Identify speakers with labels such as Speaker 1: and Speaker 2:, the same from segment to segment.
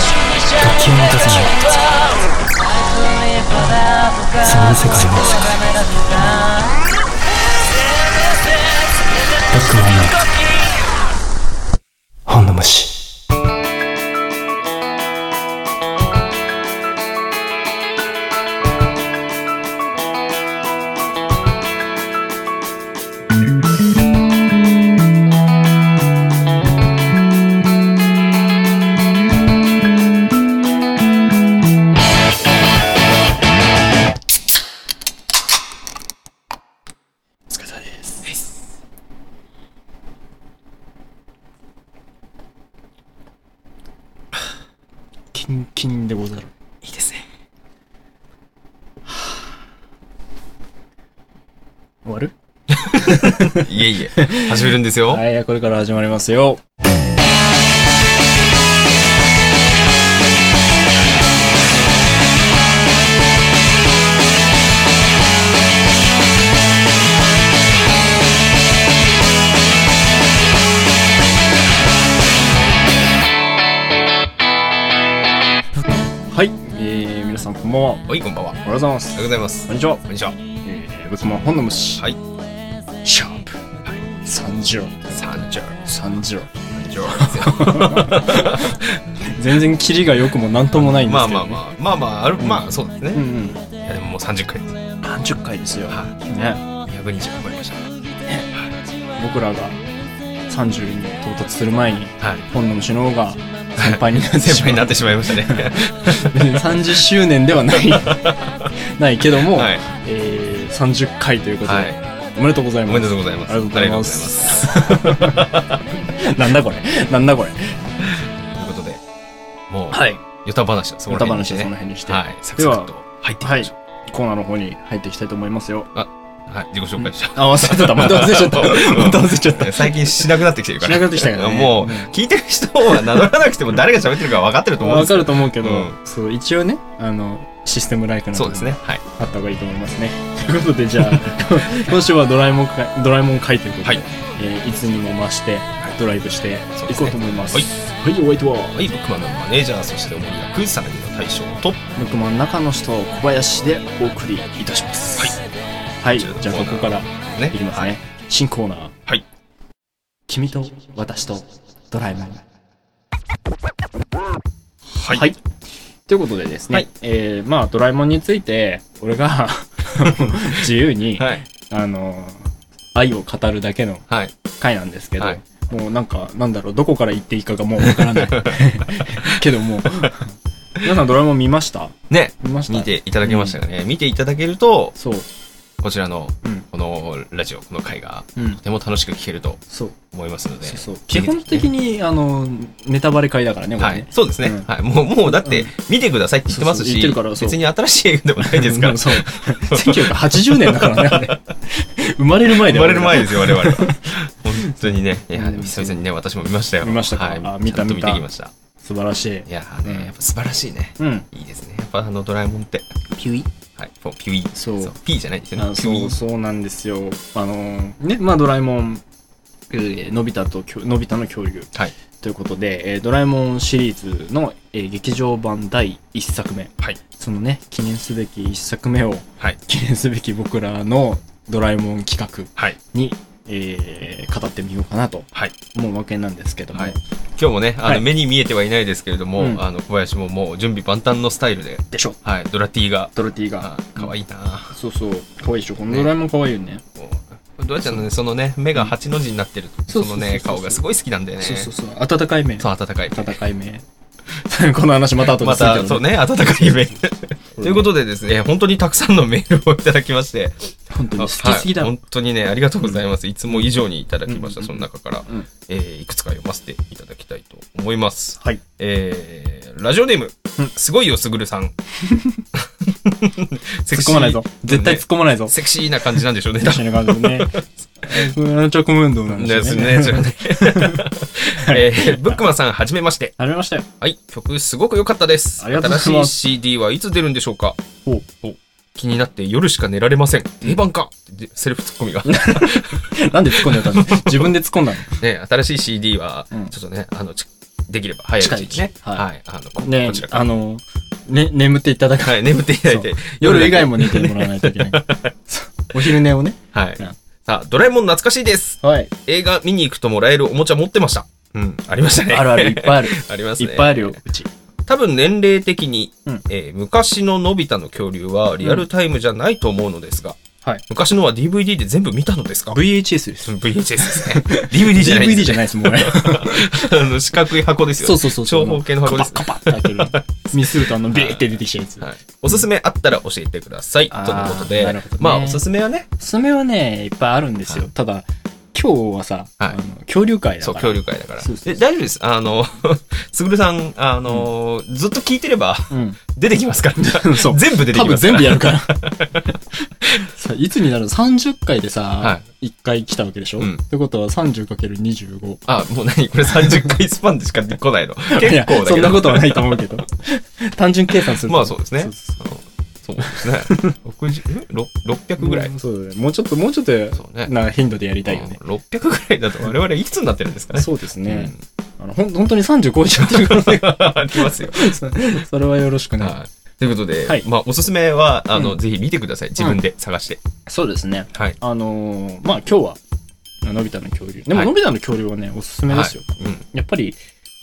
Speaker 1: 気を満たさないそんな世界をバックマンの本の虫お疲れ様です
Speaker 2: キンキンでござる。
Speaker 1: いいですね
Speaker 2: 終わる
Speaker 3: いえいえ、始めるんですよ。
Speaker 2: はい、これから始まりますよ。はい、えー、皆さんこんばんは。おはよ
Speaker 3: はい、こんばんは。おはよ
Speaker 2: うございます
Speaker 3: う。ございます。
Speaker 2: こんにちは
Speaker 3: こ。んにちは。
Speaker 2: えー、仏門本の虫。
Speaker 3: はい。
Speaker 2: シャープ。三十。
Speaker 3: サンジョー。
Speaker 2: 三十。
Speaker 3: サンジョーですよ。
Speaker 2: 全然キリが良くもなんともないんで
Speaker 3: ますあ
Speaker 2: け
Speaker 3: ま
Speaker 2: ど、
Speaker 3: あ
Speaker 2: ね。
Speaker 3: まあ、まあまあ、ある、まあそうです
Speaker 2: うんう
Speaker 3: ね。
Speaker 2: ん。
Speaker 3: いや、でももう30回です。
Speaker 2: 何十回ですよ。
Speaker 3: は
Speaker 2: ね。
Speaker 3: い。200日頑張りまし
Speaker 2: 僕らが三十に到達する前に、
Speaker 3: た。はい。
Speaker 2: 本の虫の方が先輩になってしまう。
Speaker 3: 先輩になってしまいましたね。
Speaker 2: 三十周年では ないないけども、
Speaker 3: はい。
Speaker 2: えー、三十回ということで、
Speaker 3: はい。
Speaker 2: おめでとうござい
Speaker 3: お
Speaker 2: ます。
Speaker 3: めでとうございます。
Speaker 2: ありがとうございます。 なんだこれ。なんだこれ。
Speaker 3: ありがとうございます。ということで、もう、
Speaker 2: い。
Speaker 3: ヨタ話だ。そこ
Speaker 2: ま
Speaker 3: ら
Speaker 2: た話
Speaker 3: 辺
Speaker 2: は
Speaker 3: にね
Speaker 2: その辺にして、
Speaker 3: はい。サクサクと入っていきましょ
Speaker 2: コーナーの方に入っていきたいと思いますよ。
Speaker 3: う。あ、はい。自己紹介しちゃ
Speaker 2: あ、忘れ てた。また忘れちゃ った。また忘れちゃっ
Speaker 3: う。
Speaker 2: た。
Speaker 3: 最近しなくなってきてるから。
Speaker 2: しなくなってきたからね
Speaker 3: もう
Speaker 2: うん、
Speaker 3: 聞いてる人は名乗らなくても誰が喋ってるか分かってると思うん
Speaker 2: わ
Speaker 3: です
Speaker 2: か
Speaker 3: よ
Speaker 2: ると思うけど、
Speaker 3: うん
Speaker 2: そう、一応ね、あの、システムライクな
Speaker 3: そ
Speaker 2: の
Speaker 3: うですね。はい。
Speaker 2: あった方がいいと思いますね。ということで、じゃあ、 今週はドラえもん会、ドラえもん会ということで、
Speaker 3: はい
Speaker 2: えーいつにも増して、ドライブして
Speaker 3: そ
Speaker 2: い
Speaker 3: うです
Speaker 2: こう
Speaker 3: ね
Speaker 2: と思います。
Speaker 3: はい
Speaker 2: はい、お相手は、
Speaker 3: はい、ブックマンのマネージャー、そして主に役サラリーの大将と、
Speaker 2: ぬくまん中の人、小林でお送りいたします。はい。
Speaker 3: こち
Speaker 2: じ
Speaker 3: らの
Speaker 2: ゃあ、ここから
Speaker 3: ね
Speaker 2: いきますね。。新コーナー。
Speaker 3: はい。
Speaker 2: 君と私とドラえもん。
Speaker 3: はい。
Speaker 2: はい。ということでですね、
Speaker 3: はい
Speaker 2: えー、まあ、ドラえもんについて、俺が 自由に、
Speaker 3: はい。
Speaker 2: あのー、愛を語るだけの
Speaker 3: はい。
Speaker 2: 回なんですけど、
Speaker 3: はい
Speaker 2: もうなんか、なんだろう、どこから言っていいかがもうわから ない。けども、皆さんドラえもん見ました
Speaker 3: ね、
Speaker 2: 見ました
Speaker 3: 見ていただけましたかね。見ていただけると、
Speaker 2: そう。
Speaker 3: こちらの、
Speaker 2: うん。
Speaker 3: このラジオ、この回が、
Speaker 2: うん
Speaker 3: と。ても楽しく聞けると
Speaker 2: そう。
Speaker 3: 思いますので。
Speaker 2: そうそう。基
Speaker 3: ぜひぜひね
Speaker 2: 本的に、あの、ネタバレ回だからね、これ
Speaker 3: は
Speaker 2: ね
Speaker 3: い。。そうですね。
Speaker 2: うん
Speaker 3: はい。もう、もう、だっ
Speaker 2: う
Speaker 3: て
Speaker 2: ん、
Speaker 3: 見てくださいって言ってます
Speaker 2: そうそ
Speaker 3: し、
Speaker 2: う言ってるからそう
Speaker 3: 別に新しい映画でもないですから。
Speaker 2: うんそう。1980年だからねあれ、生まれる前
Speaker 3: 生
Speaker 2: だ
Speaker 3: ま
Speaker 2: よ
Speaker 3: れる前ですよ、我々 は。本当にね。いや、
Speaker 2: うん
Speaker 3: でも久々にね、私も見ましたよ。
Speaker 2: 見ましたか
Speaker 3: はい。
Speaker 2: あ見た
Speaker 3: ちゃんと
Speaker 2: 見
Speaker 3: 見
Speaker 2: た
Speaker 3: てきました。
Speaker 2: 素晴らしい
Speaker 3: い。やー
Speaker 2: うん
Speaker 3: ね、やっぱ素晴らしいね。
Speaker 2: うん。
Speaker 3: いいですね。やっぱあのドラえもんって。
Speaker 2: ピュイ
Speaker 3: はい。もうピュイ。
Speaker 2: そう。
Speaker 3: ピーじゃないんですよ
Speaker 2: あ
Speaker 3: ね。ピ
Speaker 2: そ
Speaker 3: ュ
Speaker 2: う
Speaker 3: イ。
Speaker 2: そうなんですよ。あのーね、まあドラえもん、えーのび太ときょ、のび太の恐竜
Speaker 3: はい。
Speaker 2: ということで、えードラえもんシリーズの、えー劇場版第1作目。
Speaker 3: はい。
Speaker 2: そのね、記念すべき1作目を、
Speaker 3: はい。
Speaker 2: 記念すべき僕らのドラえもん企画
Speaker 3: はい。
Speaker 2: に、えー語ってみようかなと
Speaker 3: はい。
Speaker 2: 思うわけなんですけども。
Speaker 3: はい今日もね、あの、
Speaker 2: はい
Speaker 3: 目に見えてはいないですけれども、
Speaker 2: うん
Speaker 3: あの、小林ももう準備万端のスタイルで、
Speaker 2: でしょ
Speaker 3: はい、ドラティが、
Speaker 2: ドラティ
Speaker 3: あ
Speaker 2: が。
Speaker 3: 可愛いな
Speaker 2: そうそう。可愛いでしょ。このドラえもん可愛いよね。
Speaker 3: こうドラちゃんのね、そのね、目が八の字になってる、
Speaker 2: そ
Speaker 3: そ
Speaker 2: そうそ
Speaker 3: う
Speaker 2: うそう
Speaker 3: のね、顔がすごい好きなんだよね。
Speaker 2: そうそうそう。温かい目。
Speaker 3: そう、温かい。
Speaker 2: 温かい目。 この話また後です
Speaker 3: ま
Speaker 2: るけど。
Speaker 3: た、そう。ね、温かい目。ということとでですね、本当にたくさんのメールをいただきまして、
Speaker 2: 本当に好きすぎだ
Speaker 3: は
Speaker 2: ろ
Speaker 3: い。本当にね、ありがとうございます。いつも以上にいただきました、
Speaker 2: うん
Speaker 3: その中から、
Speaker 2: うん
Speaker 3: えーいくつか読ませていただきたいと思います。
Speaker 2: はい。
Speaker 3: えーラジオネーム、
Speaker 2: うん
Speaker 3: すごいよ、すぐる さん。セ
Speaker 2: 突っ込まないぞ。絶対突っ込まないぞ。
Speaker 3: セクシーな感じなんでしょうね。
Speaker 2: 一緒の感 じでね。これはチョコムンドなん
Speaker 3: で
Speaker 2: ですす
Speaker 3: ね、
Speaker 2: ね。
Speaker 3: じゃ あね。えーブックマンさん、はじめまして。
Speaker 2: ありましたよ。
Speaker 3: はい、曲すごく良かったです。
Speaker 2: ありがとうござい
Speaker 3: 新
Speaker 2: ま
Speaker 3: し
Speaker 2: す
Speaker 3: い CD はいつ出るんでしょうか
Speaker 2: お
Speaker 3: 気になって夜しか寝られません。定番かでセルフツッコ ミが。
Speaker 2: なんで突っ込んでたの自分で突っ込んだの
Speaker 3: ね、新しい CD は
Speaker 2: うん、
Speaker 3: ちょっとね、あの、ちできれば早いうちに
Speaker 2: 近いうちね
Speaker 3: はい、
Speaker 2: は
Speaker 3: あのこ
Speaker 2: ね
Speaker 3: こちらから
Speaker 2: あの、ね、眠っていただか
Speaker 3: はい、眠っていただいて
Speaker 2: 夜以外
Speaker 3: も
Speaker 2: も寝てもらわないといけない。そうお昼寝をね。
Speaker 3: はい
Speaker 2: うん
Speaker 3: さあドラえもん懐かしいです
Speaker 2: はい。
Speaker 3: 映画見に行くともらえるおもちゃ持ってましたうんありましたね
Speaker 2: あるある、いっぱいある。
Speaker 3: あります
Speaker 2: い
Speaker 3: ね
Speaker 2: っぱいあるよ、うち。
Speaker 3: 多分年齢的に、
Speaker 2: うん
Speaker 3: えー昔ののび太の恐竜はリアルタイムじゃないと思うのですが、
Speaker 2: はい
Speaker 3: 昔のは DVD で全部見たのですか
Speaker 2: VHS です。
Speaker 3: VHS ですね DVD じゃない
Speaker 2: DVD じゃな
Speaker 3: ない
Speaker 2: いです、もうね。
Speaker 3: あの四角い箱ですよ
Speaker 2: そうそうそう。
Speaker 3: 長方形の箱です
Speaker 2: カパッカパッって開ける。ミスるとあの、ビーって出てきちゃうやつ。
Speaker 3: はい、おすすめあったら教えてくださいと
Speaker 2: あー
Speaker 3: のことで、
Speaker 2: なるほどね
Speaker 3: まあおすすめはね
Speaker 2: おすすめはね、いっぱいあるんですよ。ただ、今日はさ、
Speaker 3: はい
Speaker 2: あの恐竜会だ
Speaker 3: そ
Speaker 2: か
Speaker 3: う
Speaker 2: ら。
Speaker 3: 恐竜会だから
Speaker 2: そうそうそう
Speaker 3: え大丈夫ですあの つぐるさんあの、ずっと聞いてれば
Speaker 2: うん。
Speaker 3: 出てきますか ら
Speaker 2: そう
Speaker 3: 全部出て
Speaker 2: 多
Speaker 3: き
Speaker 2: 分
Speaker 3: ますか
Speaker 2: 全
Speaker 3: ら
Speaker 2: 部やるから。 さいつになるの ?30 回でさ、
Speaker 3: は
Speaker 2: 1回来たわけでしょ、
Speaker 3: うん
Speaker 2: ってことは 30×25。
Speaker 3: あもう何これ30回スパンでしか来ないの結構だ
Speaker 2: いや
Speaker 3: けど
Speaker 2: そんなことはないと思う けど。単純計算すると
Speaker 3: まあそうですね
Speaker 2: そうそ
Speaker 3: あのそうですね60んろ600
Speaker 2: う
Speaker 3: ぐらい、
Speaker 2: うんそうだね。もうちょっと、もうちょっと、
Speaker 3: そうね
Speaker 2: なんか頻度でやりたいよね。
Speaker 3: うん600ぐらいだと我々いくつになってるんですかね
Speaker 2: そうですね。あのほん本当に35以上っていう可能性
Speaker 3: うん
Speaker 2: が
Speaker 3: ありますよ
Speaker 2: そそれはよろしくね。
Speaker 3: はいということで、
Speaker 2: はい
Speaker 3: まあ、おすすめは、あの、
Speaker 2: うん
Speaker 3: ぜひ見てください。自分で探して。
Speaker 2: そうですね。
Speaker 3: はい。
Speaker 2: あのーまあ今日は、のび太の恐竜。でも、
Speaker 3: はい
Speaker 2: のび太の恐竜はね、おすすめですよ。
Speaker 3: はい。うん。
Speaker 2: やっぱり、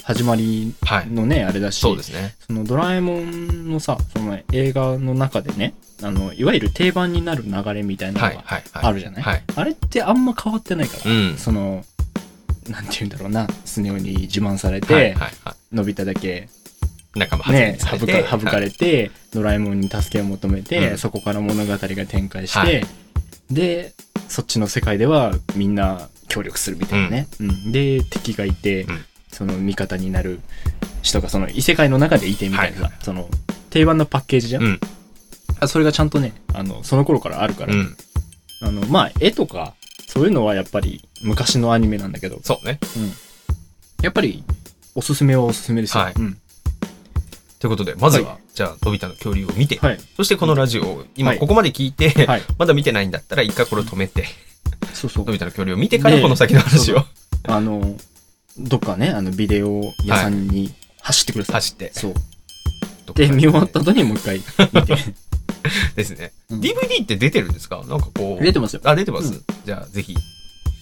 Speaker 2: 始まり
Speaker 3: はい。
Speaker 2: のね、あれだし、
Speaker 3: そうですね。
Speaker 2: そのドラえもんのさ、その映画の中でね、あの、いわゆる定番になる流れみたいな
Speaker 3: はい。
Speaker 2: のが
Speaker 3: はい。はい
Speaker 2: あるじゃない、
Speaker 3: はい。
Speaker 2: あれってあんま変わってないから、
Speaker 3: うん。
Speaker 2: その、なんて言うんだろうな、スネ夫に自慢されて、
Speaker 3: はい。はい。は
Speaker 2: のび太だけ
Speaker 3: い。仲間外れ
Speaker 2: ね
Speaker 3: に、さ
Speaker 2: 省
Speaker 3: れ
Speaker 2: か
Speaker 3: て
Speaker 2: 省かれて、ドラえもんに助けを求めて、
Speaker 3: うん
Speaker 2: そこから物語が展開して、
Speaker 3: はい
Speaker 2: で、そっちの世界ではみんな協力するみたいなね。うんで、敵がいて、
Speaker 3: うん
Speaker 2: その味方になる人がその異世界の中でいてみたいなさ、
Speaker 3: はい
Speaker 2: その定番のパッケージじゃん、
Speaker 3: うん
Speaker 2: あそれがちゃんとね、あの、その頃からあるから、
Speaker 3: はいうん。
Speaker 2: あの、まあ、絵とか、そういうのはやっぱり昔のアニメなんだけど、
Speaker 3: そうね。
Speaker 2: やっぱりおすすめはおすすめですよ。
Speaker 3: はい
Speaker 2: うん
Speaker 3: ということで、まずは、
Speaker 2: は
Speaker 3: じゃあ、のび太の恐竜を見て、
Speaker 2: はい。
Speaker 3: そしてこのラジオを、今
Speaker 2: はい
Speaker 3: ここまで聞いて、
Speaker 2: はい。
Speaker 3: まだ見てないんだったら、一回これを止めて、
Speaker 2: そうそう
Speaker 3: のび。太の恐竜を見てから、
Speaker 2: ね
Speaker 3: この先の話を
Speaker 2: あの、どっかね、あの、ビデオ屋さんに走ってください。
Speaker 3: 走って。
Speaker 2: そう。で、見終わった後にもう一回見て。
Speaker 3: ですね。
Speaker 2: うん
Speaker 3: DVD って出てるんですかなんかこう。
Speaker 2: 出てますよ。
Speaker 3: あ、出てます、
Speaker 2: う
Speaker 3: じゃあ、ぜひ。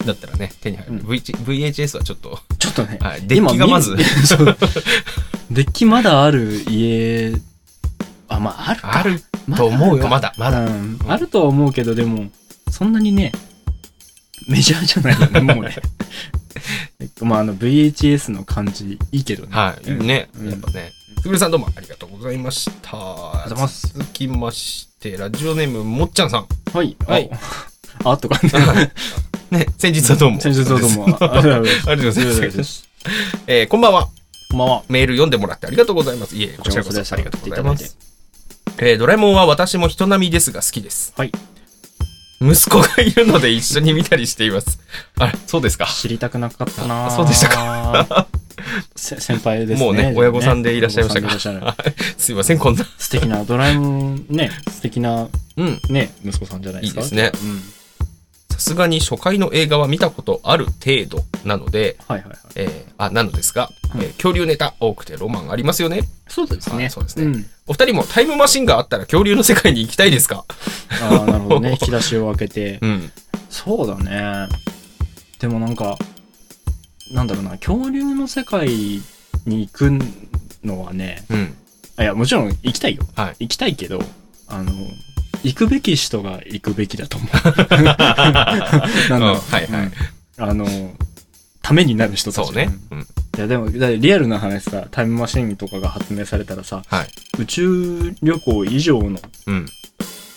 Speaker 3: だったらね、手に入る。
Speaker 2: うん
Speaker 3: VH VHS はちょっと、
Speaker 2: ちょっとね。
Speaker 3: はい、デッキがまず
Speaker 2: 今見、る そうデッキまだある家、あ、まあ、あるか。
Speaker 3: ある
Speaker 2: まだ
Speaker 3: と思うよ。
Speaker 2: あ
Speaker 3: ま
Speaker 2: る
Speaker 3: だ、
Speaker 2: か
Speaker 3: まだ。
Speaker 2: うんあるとは思うけど、でも、そんなにね、メジャーじゃないよね、 もうね。 まあ、あの、VHS の感じ、いいけどね。
Speaker 3: はい。ね。
Speaker 2: うん
Speaker 3: やっぱね。つぐるさんどうもありがとうございました。あ
Speaker 2: りがとうございます
Speaker 3: 続きまして、ラジオネーム、もっちゃん さん。
Speaker 2: はい。
Speaker 3: はい
Speaker 2: あ。あ、とかね。
Speaker 3: ね、先日はどうも。
Speaker 2: 先日はどう も。あありがとうございます
Speaker 3: ありがとうござ
Speaker 2: ありがとう
Speaker 3: い
Speaker 2: ござい
Speaker 3: ま。
Speaker 2: ます
Speaker 3: えーこんばんは。
Speaker 2: こんばんは。
Speaker 3: メール読んでもらってありがとうございます。いえ、こ
Speaker 2: こ
Speaker 3: ち
Speaker 2: ち
Speaker 3: ら
Speaker 2: ら
Speaker 3: こ
Speaker 2: こ
Speaker 3: そ
Speaker 2: そ
Speaker 3: ありがとうございま
Speaker 2: 送
Speaker 3: す。えードラえもんは私も人並みですが好きです。
Speaker 2: はい。
Speaker 3: 息子がいるので一緒に見たりしています。 あら、そうですか。
Speaker 2: 知りたくなかったな
Speaker 3: あ
Speaker 2: ぁ
Speaker 3: そうでした
Speaker 2: か。 せ先輩ですね。
Speaker 3: もうね親御さんでいらっしゃいましたか
Speaker 2: 親御さんでいらっしゃる
Speaker 3: すいません、こんな。
Speaker 2: 素敵な、ドラえもんね、素敵な
Speaker 3: うん。
Speaker 2: ね、息子さんじゃないですか。
Speaker 3: いいですね
Speaker 2: うん。
Speaker 3: さすがに初回の映画は見たことある程度なので、
Speaker 2: はいはいはい。
Speaker 3: えーあ、なのですが、えー恐竜ネタ多くてロマンありますよね。
Speaker 2: そうです
Speaker 3: は
Speaker 2: ね。
Speaker 3: いそうですね
Speaker 2: ん
Speaker 3: お二人もタイムマシンがあったら恐竜の世界に行きたいですか
Speaker 2: ああ、なるほど ね。引き出しを開けて。
Speaker 3: うん。
Speaker 2: そうだね。でもなんか、なんだろうな、恐竜の世界に行くのはね、
Speaker 3: うん。
Speaker 2: あいや、もちろん行きたいよ。
Speaker 3: はい
Speaker 2: 行きたいけど、あの、行くべき人が行くべきだと思う。なんだろう
Speaker 3: うんはいはい
Speaker 2: うんあの、ためになる人たち。
Speaker 3: そうね。うん。
Speaker 2: いや、でも、だってリアルな話さ、タイムマシンとかが発明されたらさ、
Speaker 3: はい。
Speaker 2: 宇宙旅行以上の
Speaker 3: うん。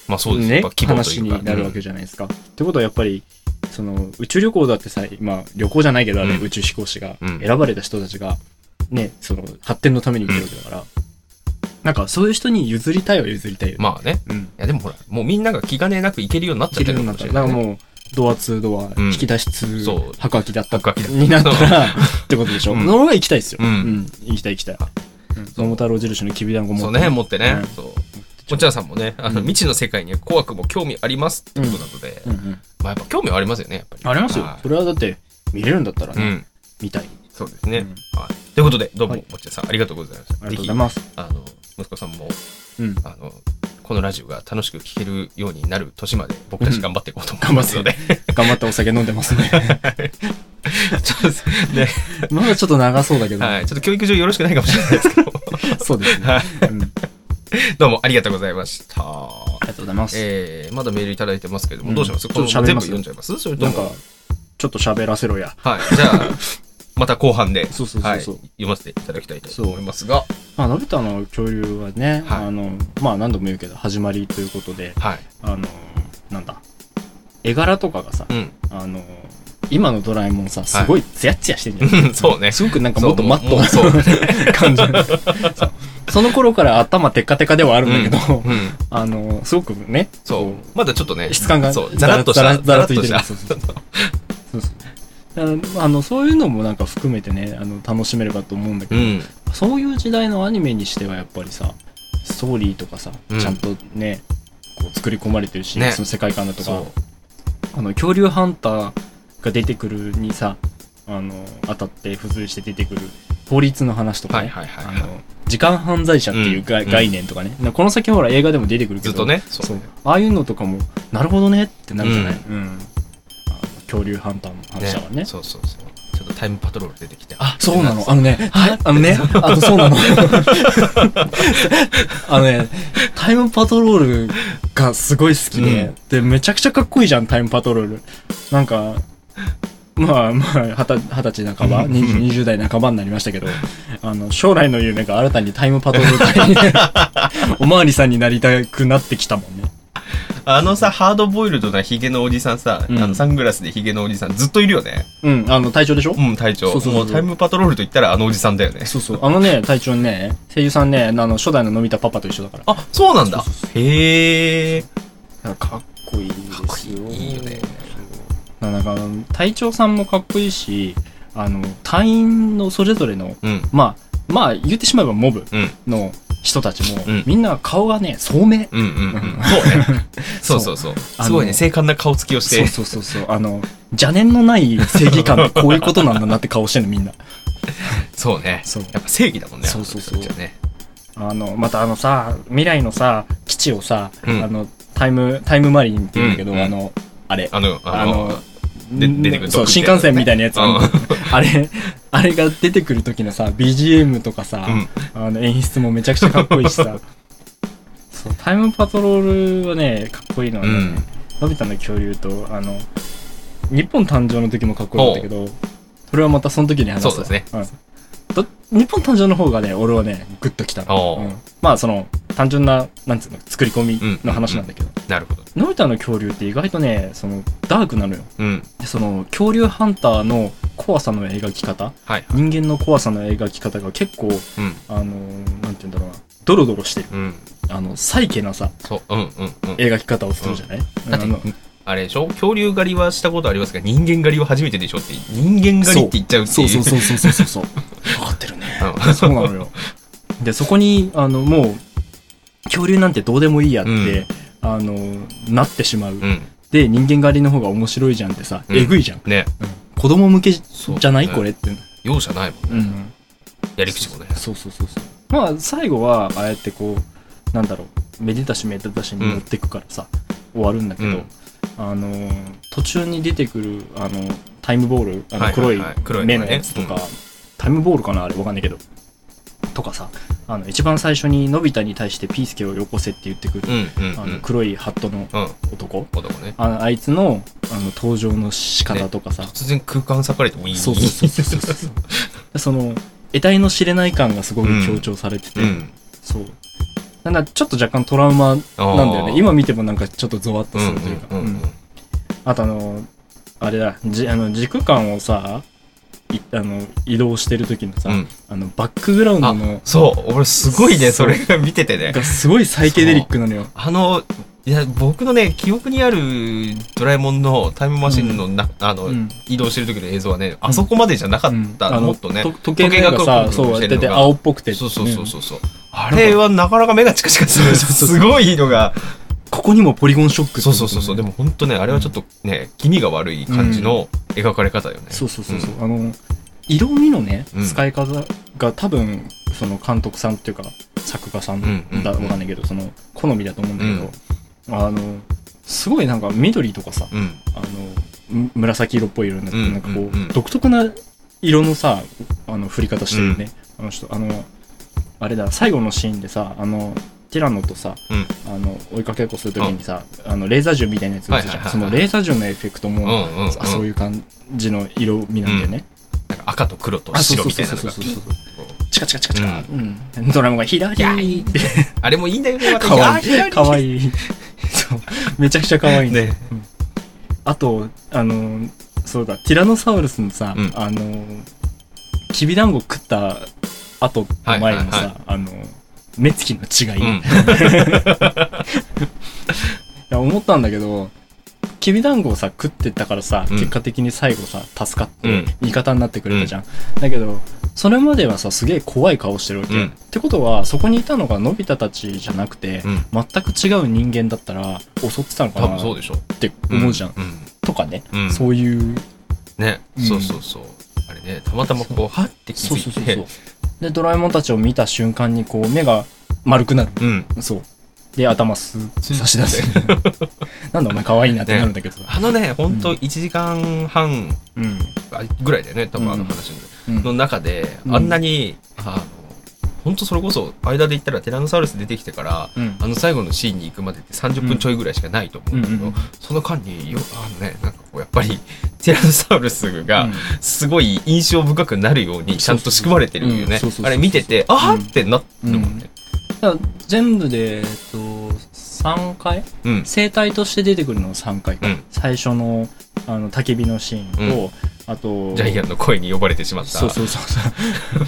Speaker 3: まあそうです
Speaker 2: ね
Speaker 3: やっぱ、規模とい
Speaker 2: 話
Speaker 3: うか
Speaker 2: になるわけじゃないですか。ってことはやっぱり、その、宇宙旅行だってさ、今、旅行じゃないけど、あれ、
Speaker 3: うん
Speaker 2: 宇宙飛行士が、
Speaker 3: うん
Speaker 2: 選ばれた人たちが、ね、その、発展のために行くわけだから、なんか、そういう人に譲りたいは譲りたいよね。
Speaker 3: まあね。
Speaker 2: うん。
Speaker 3: いやでもほら、もうみんなが気兼ねなく行けるようになっちゃ
Speaker 2: 切
Speaker 3: っ
Speaker 2: れ
Speaker 3: て
Speaker 2: る
Speaker 3: る
Speaker 2: ように
Speaker 3: か
Speaker 2: なっら。だ
Speaker 3: もしたれない、
Speaker 2: から
Speaker 3: ね。
Speaker 2: もう、ドア2ドア、
Speaker 3: うん
Speaker 2: 引き出し2、
Speaker 3: そう
Speaker 2: 白空きだった
Speaker 3: 白亜紀だ
Speaker 2: になったら、ってことでしょ。
Speaker 3: うん
Speaker 2: その方が行きたいですよ。
Speaker 3: うん
Speaker 2: 行きたい行きたい。桃太郎印のきびだんごも。
Speaker 3: そうね、持ってね
Speaker 2: うん。
Speaker 3: そう。もちゃんさんもね、あの、
Speaker 2: うん
Speaker 3: 未知の世界には怖くも興味ありますってことなので、
Speaker 2: うんうん。
Speaker 3: まあやっぱ興味はありますよね、やっぱり。
Speaker 2: ありますよ
Speaker 3: は。い
Speaker 2: それはだって、見れるんだったら
Speaker 3: う
Speaker 2: ね、
Speaker 3: ん。
Speaker 2: 見たい。
Speaker 3: そうですね。
Speaker 2: うん
Speaker 3: はい。ということで、どうも
Speaker 2: はい、
Speaker 3: もっちゃんさん、ありがとうございました。
Speaker 2: ありがとうございます。
Speaker 3: あの、息子さんも、
Speaker 2: うん。
Speaker 3: あの、このラジオが楽しく聞けるようになる年まで、僕たち頑張っていこうと思いますので、
Speaker 2: 頑張ってお酒飲んでますね。
Speaker 3: ちょっとね、
Speaker 2: まだちょっと長そうだけど、
Speaker 3: はい、ちょっと教育上よろしくないかもしれないです けど、
Speaker 2: そうですね。
Speaker 3: はい
Speaker 2: うん。あり
Speaker 3: どうもありがとうございました。
Speaker 2: がとうございます。
Speaker 3: えー、まだメールいただいてますけども、
Speaker 2: うん
Speaker 3: どうします
Speaker 2: ちょっ
Speaker 3: こと
Speaker 2: 喋
Speaker 3: の全
Speaker 2: り
Speaker 3: 部
Speaker 2: ます
Speaker 3: 読んじゃいますそれと
Speaker 2: なん
Speaker 3: も、
Speaker 2: か、ちょっと喋らせろや。
Speaker 3: はい、じゃあ、 また後半で、
Speaker 2: そうそうそうそう
Speaker 3: はい、読ませていただきたいと思いますが、
Speaker 2: まあ、のび太の恐竜はね、
Speaker 3: はい
Speaker 2: あの、まあ何度も言うけど、始まりということで、
Speaker 3: はい、
Speaker 2: あの、なんだ、絵柄とかがさ、
Speaker 3: うん、
Speaker 2: あの、今のドラえもんさ、すごいツヤツヤしてんじゃん。
Speaker 3: うん そうね
Speaker 2: すごくなんかもっとマットな
Speaker 3: そうもうもう
Speaker 2: 感じ のそうその頃から頭テカテカではあるんだけど、
Speaker 3: うん、
Speaker 2: あの、すごくね、
Speaker 3: そう
Speaker 2: こ、
Speaker 3: まだちょっとね、
Speaker 2: 質感が
Speaker 3: そう、ざらっとした、
Speaker 2: ざらざらっと
Speaker 3: ざらっと
Speaker 2: いてる
Speaker 3: した
Speaker 2: うそうそうあのあのそういうのもなんか含めてねあの楽しめればと思うんだけ
Speaker 3: う
Speaker 2: ど、
Speaker 3: ん、
Speaker 2: そういう時代のアニメにしてはやっぱりさストーリーとかさ、
Speaker 3: うん
Speaker 2: ちゃんとねこう作り込まれてるし、
Speaker 3: ね
Speaker 2: その世界観だとか
Speaker 3: そ
Speaker 2: あの恐竜ハンターが出てくるにさあの当たって付随して出てくる法律の話と
Speaker 3: う、
Speaker 2: か
Speaker 3: は
Speaker 2: ね、
Speaker 3: いはいはい
Speaker 2: あ
Speaker 3: は
Speaker 2: の時間犯罪者っていうが、
Speaker 3: うん
Speaker 2: 概念とかね、この先ほら映画でも出てくる
Speaker 3: い、
Speaker 2: けど
Speaker 3: ずっとね、
Speaker 2: そう
Speaker 3: ね
Speaker 2: ああいうのとかもなるほどねってなるじゃない、うんあの恐竜ハンターの話だからね
Speaker 3: そうそうそう、ちょっとタイムパトロール出てきて、
Speaker 2: あ、そうなの。あのね、はい、あの ね、あの、そうなの。あのね、タイムパトロールがすごい好きで、
Speaker 3: うん
Speaker 2: で、めちゃくちゃかっこいいじゃん、タイムパトロール。なんか、まあまあ、はた二十歳半ば、
Speaker 3: うん
Speaker 2: 二十二十代半ばになりましたけど、あの、将来の夢が新たにタイムパトロール隊に、 おまわりさんになりたくなってきたもんね。
Speaker 3: あのさ、ハードボイルドなヒゲのおじさんさ、
Speaker 2: うん
Speaker 3: あのサングラスでヒゲのおじさんずっといるよね。
Speaker 2: うん、あの、隊長でしょ、
Speaker 3: うん、隊長。
Speaker 2: そうそうそう
Speaker 3: もうタイムパトロールと言ったらあのおじさんだよね。
Speaker 2: そうそう。あのね、隊長ね、声優さんね、あの、初代ののび太パパと一緒だから。
Speaker 3: あ、そうなんだ
Speaker 2: そう。
Speaker 3: へえ。
Speaker 2: なんかかっこいいですよ。
Speaker 3: かっこいいよね
Speaker 2: そう。なんかあの隊長さんもかっこいいし、あの隊員のそれぞれの
Speaker 3: うん。
Speaker 2: まあまあ言ってしまえばモブ
Speaker 3: うん。
Speaker 2: の人たちも、
Speaker 3: うん
Speaker 2: みんな顔がね聡明。
Speaker 3: うんうんうん。そう ね。そうそうそう。
Speaker 2: あの
Speaker 3: すごいね、精悍な顔つきをし
Speaker 2: そう
Speaker 3: て。
Speaker 2: そうそうそうあの邪念のない正義感ってこういうことなんだなって顔してるのみんな。
Speaker 3: そうね
Speaker 2: そう。
Speaker 3: やっぱ正義だもんね。
Speaker 2: そうそうそう
Speaker 3: あの人たちはね。
Speaker 2: あのまたあのさ未来のさ基地をさ、
Speaker 3: うん
Speaker 2: あのタイムタイムマリンって言うんだけど、
Speaker 3: うんうん
Speaker 2: あのあれ
Speaker 3: あの、
Speaker 2: あ
Speaker 3: あの
Speaker 2: の、
Speaker 3: で出てくる
Speaker 2: そう
Speaker 3: 毒
Speaker 2: 新
Speaker 3: みたいな
Speaker 2: 幹線みたいなやつ、
Speaker 3: うん
Speaker 2: あれあれが出てくる時のさ BGM とかさ、
Speaker 3: うん
Speaker 2: あの演出もめちゃくちゃかっこいいし さそうタイムパトロールはねかっこいいのはね、
Speaker 3: うん
Speaker 2: のび太の恐竜とあの日本誕生の時もかっこよかったけどそれはまたその時に話すわ
Speaker 3: そうです
Speaker 2: ね、んど日本誕生の方がね俺はねグッときたの、
Speaker 3: おう
Speaker 2: うんまあその単純ななんつうの作り込みの話なんだけど、
Speaker 3: なるほど。
Speaker 2: のび太の恐竜って意外とねそのダークなのよ
Speaker 3: うん。
Speaker 2: でその恐竜ハンターの怖さの描き方
Speaker 3: はいはい。
Speaker 2: 人間の怖さの描き方が結構
Speaker 3: うん。
Speaker 2: あのーなんて言うんだろうなドロドロしてる
Speaker 3: うん。
Speaker 2: あのサイケなさ
Speaker 3: そう。うんうんうん。
Speaker 2: 描き方をするじゃない、うん、あ
Speaker 3: だって
Speaker 2: の、
Speaker 3: あれでしょ恐竜狩りはしたことありますが、人間狩りは初めてでしょって、人間狩りって言っちゃうって
Speaker 2: そ
Speaker 3: いうう。
Speaker 2: そうそうそうそうそう そう分かってるね
Speaker 3: うん
Speaker 2: そうなのよでそこにあのもう恐竜なんてどうでもいいやって、
Speaker 3: うん
Speaker 2: あのーなってしまう、
Speaker 3: うん。
Speaker 2: で人間狩りの方が面白いじゃんってさ、
Speaker 3: うん
Speaker 2: えぐいじゃん、
Speaker 3: ね。
Speaker 2: 子供向けじ
Speaker 3: そう
Speaker 2: ゃない、
Speaker 3: ね
Speaker 2: これって、
Speaker 3: 容赦ないもんね。
Speaker 2: うん、
Speaker 3: やり口もね。
Speaker 2: そうそうそうそうまあ最後はああやってこうなんだろうめでたしめでたしに持ってくからさ、終わるんだけど、
Speaker 3: うん
Speaker 2: あのー途中に出てくるあのタイムボールあ
Speaker 3: は
Speaker 2: の
Speaker 3: いは
Speaker 2: 黒
Speaker 3: い
Speaker 2: い
Speaker 3: はい黒い
Speaker 2: 目のやつとか、
Speaker 3: ね
Speaker 2: タイムボールかなあれわかんないけどとかさあの一番最初にのび太に対してピースケをよこせって言ってくる、
Speaker 3: うんうん
Speaker 2: あ
Speaker 3: うん
Speaker 2: の。黒いハットの
Speaker 3: うん。
Speaker 2: 男
Speaker 3: 男ね。
Speaker 2: ああいつのあの登場の仕方とかさ、
Speaker 3: 突然空間裂かれてもいい。
Speaker 2: そうそうそうそうそうでその得体の知れない感がすごく強調されてて、
Speaker 3: うん。
Speaker 2: そう。なんだ、ちょっと若干トラウマなんだよ
Speaker 3: あ
Speaker 2: ね。
Speaker 3: ー
Speaker 2: 今見てもなんかちょっとゾワッと
Speaker 3: うん
Speaker 2: するというか。
Speaker 3: うんうんうん
Speaker 2: うんあとあの、あれだ、じあの軸間をさ、いあの移動してる時のさ、
Speaker 3: うん
Speaker 2: あのバックグラウンドの
Speaker 3: あ、そう。俺すごいね、
Speaker 2: そ
Speaker 3: そうれが見ててね。
Speaker 2: がすごいサイケデリックなのよ。
Speaker 3: あの、いや、僕のね、記憶にあるドラえもんのタイムマシンのな、あの、
Speaker 2: うん
Speaker 3: 移動してる時の映像はね、あそこまでじゃなかった、
Speaker 2: うん
Speaker 3: もっとね
Speaker 2: あの。と時計のがさ、そうやってて青っぽくて。
Speaker 3: そうそうそう
Speaker 2: ね
Speaker 3: そうそう。あれはなかなか目がチカチカする。
Speaker 2: そうそうそう
Speaker 3: すごいのが。
Speaker 2: ここにもポリゴンショックって
Speaker 3: そうそうそうそう。でも本当ね、あれはちょっとね、気味が悪い感じの描かれ方よね。
Speaker 2: そうそうそうそう、あの色味のね、
Speaker 3: うん
Speaker 2: 使い方が多分その監督さんっていうか作家さん
Speaker 3: うんうんうん
Speaker 2: だわかんないけどその好みだと思うんだけど、あのすごいなんか緑とかさ
Speaker 3: うん。
Speaker 2: あのむ紫色っぽい色になって、
Speaker 3: うん
Speaker 2: なんかこう、
Speaker 3: うんうん
Speaker 2: 独特な色のさあの振り方してるよね、あの人あのあれだ最後のシーンでさあのティラノとさ、
Speaker 3: うん
Speaker 2: あの追いかけっこするときにさ、あのレーザー銃みたいなやつが出てたじゃん、
Speaker 3: はいはい
Speaker 2: そ
Speaker 3: はいはい
Speaker 2: のレーザー銃のエフェクトも、
Speaker 3: うんうんうん
Speaker 2: あそういう感じの色味なんだよね、
Speaker 3: なんか赤と黒と
Speaker 2: あそう
Speaker 3: 白
Speaker 2: そうそ
Speaker 3: みた
Speaker 2: う
Speaker 3: いなの
Speaker 2: そう
Speaker 3: が
Speaker 2: そ
Speaker 3: ピ
Speaker 2: う
Speaker 3: ッ
Speaker 2: チカチカチカチカ、うん、ドラムが左って
Speaker 3: あれもいいんだよね、また
Speaker 2: かわい
Speaker 3: や
Speaker 2: い
Speaker 3: ー
Speaker 2: かわいいそうめちゃくちゃかわいい
Speaker 3: ね。
Speaker 2: あと、あの、そうだ、ティラノサウルスのさ、
Speaker 3: うん
Speaker 2: あの、きびだんご食った後の前のさ、
Speaker 3: はいはいは
Speaker 2: あの、目つきの違
Speaker 3: う
Speaker 2: い。い
Speaker 3: ん。
Speaker 2: や、思ったんだけど、きびだんごをさ、食ってったからさ、
Speaker 3: うん
Speaker 2: 結果的に最後さ、助かっ
Speaker 3: う
Speaker 2: て
Speaker 3: ん、
Speaker 2: 味方になってくれたじゃん。だけど、それまではさ、すげえ怖い顔してるわけ。
Speaker 3: うん
Speaker 2: ってことは、そこにいたのがのび太たちじゃなくて、
Speaker 3: うん。
Speaker 2: 全く違う人間だったら、襲ってたのか
Speaker 3: 多
Speaker 2: な
Speaker 3: 分そう
Speaker 2: っ
Speaker 3: でしょ。
Speaker 2: て思うじゃん。
Speaker 3: うん。
Speaker 2: とかね、
Speaker 3: うん
Speaker 2: そういう
Speaker 3: ね。
Speaker 2: うん
Speaker 3: そうそうそう。あれね、たまたまこう、はって気
Speaker 2: そうそうそ
Speaker 3: づ
Speaker 2: う
Speaker 3: いて。
Speaker 2: そうでドラえもんたちを見た瞬間にこう目が丸くなる
Speaker 3: うん。
Speaker 2: そうで頭す
Speaker 3: スー
Speaker 2: 差し出す なんだお前可愛いなってなるんだけど、
Speaker 3: あのね、ほんと
Speaker 2: うん
Speaker 3: 1時間半
Speaker 2: うん
Speaker 3: ぐらいだよね、多分あ
Speaker 2: う
Speaker 3: の
Speaker 2: ん
Speaker 3: 話の。
Speaker 2: うん
Speaker 3: の中で、
Speaker 2: うん
Speaker 3: あんなに、あの、ほんとそれこそ、間で言ったらティラノサウルス出てきてから、
Speaker 2: うん
Speaker 3: あの最後のシーンに行くまでって30分ちょいぐらいしかないと思うんだけど、
Speaker 2: うんうん
Speaker 3: その間によあのねなんかこうやっぱりティラノサウルスがすごい印象深くなるようにちゃんと仕組まれてるよ
Speaker 2: そ
Speaker 3: ね
Speaker 2: うそうそううんそうそうそう
Speaker 3: あれ見ててあーってなってるもんね
Speaker 2: だから全部で、えっと、3回
Speaker 3: うん、うん
Speaker 2: 生態として出てくるのは3回か、
Speaker 3: うん
Speaker 2: 最初のあの焚き火のシーンと、あと
Speaker 3: ジャイアンの声に呼ばれてしまった
Speaker 2: そうそうそう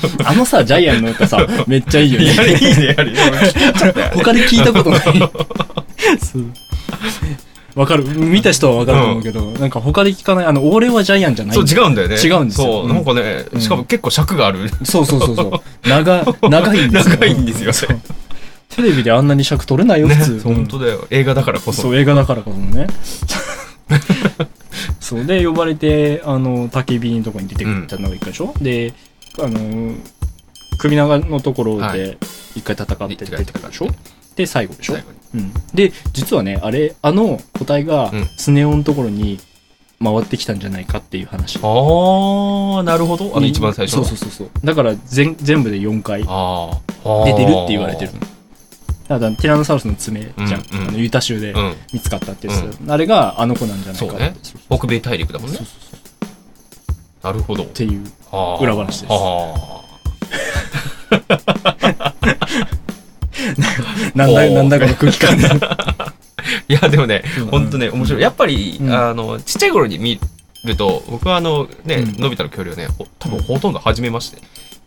Speaker 2: そうあのさジャイアンの歌 さめっちゃいいよ
Speaker 3: いやあれい
Speaker 2: ね
Speaker 3: いねあれ
Speaker 2: 他で聞いたことないそうわかる見た人はわかると思うけど、なんか他で聞かないあの俺はジャイアンじゃない
Speaker 3: そう違うんだよね
Speaker 2: 違うんですよ
Speaker 3: そう
Speaker 2: うん
Speaker 3: なんかねしかも結構尺がある、
Speaker 2: そうそうそうそう長長いんですよ
Speaker 3: 長いんですよ
Speaker 2: そうテレビであんなに尺取れないよ
Speaker 3: ね
Speaker 2: 普通、
Speaker 3: 本当だよ映画だからこそ
Speaker 2: そう映画だからこそね そうで呼ばれてあの焚き火のとこに出てきたのが一回でしょ、であの首長のところ
Speaker 3: は
Speaker 2: で一回戦って出てくるでしょ、
Speaker 3: はい
Speaker 2: で最後でしょ
Speaker 3: 最後に
Speaker 2: うん、で実はねあれあの個体が
Speaker 3: うん
Speaker 2: スネ夫のところに回ってきたんじゃないかっていう話、
Speaker 3: ああなるほどあの一番最初
Speaker 2: そうそうそうそうだから全全部で4回
Speaker 3: ああ
Speaker 2: 出てるって言われてるのただティラノサウルスの爪じゃん、
Speaker 3: うんうん
Speaker 2: あのユタ州で
Speaker 3: うん
Speaker 2: 見つかったってやつ、あれがあの子なんじゃないかって
Speaker 3: そうね
Speaker 2: そうそう
Speaker 3: 北米大陸だもんね
Speaker 2: そうそうそう
Speaker 3: なるほど
Speaker 2: っていう
Speaker 3: あー
Speaker 2: 裏話です
Speaker 3: あ
Speaker 2: なんだ
Speaker 3: おー
Speaker 2: なんだかの空気感 で
Speaker 3: ーいやでもね
Speaker 2: うん
Speaker 3: 本当ね面白いやっぱり、
Speaker 2: うん
Speaker 3: あのちっちゃい頃に見ると僕はあのね、
Speaker 2: うん
Speaker 3: のび太の恐竜はねほ多分ほとんど初めまして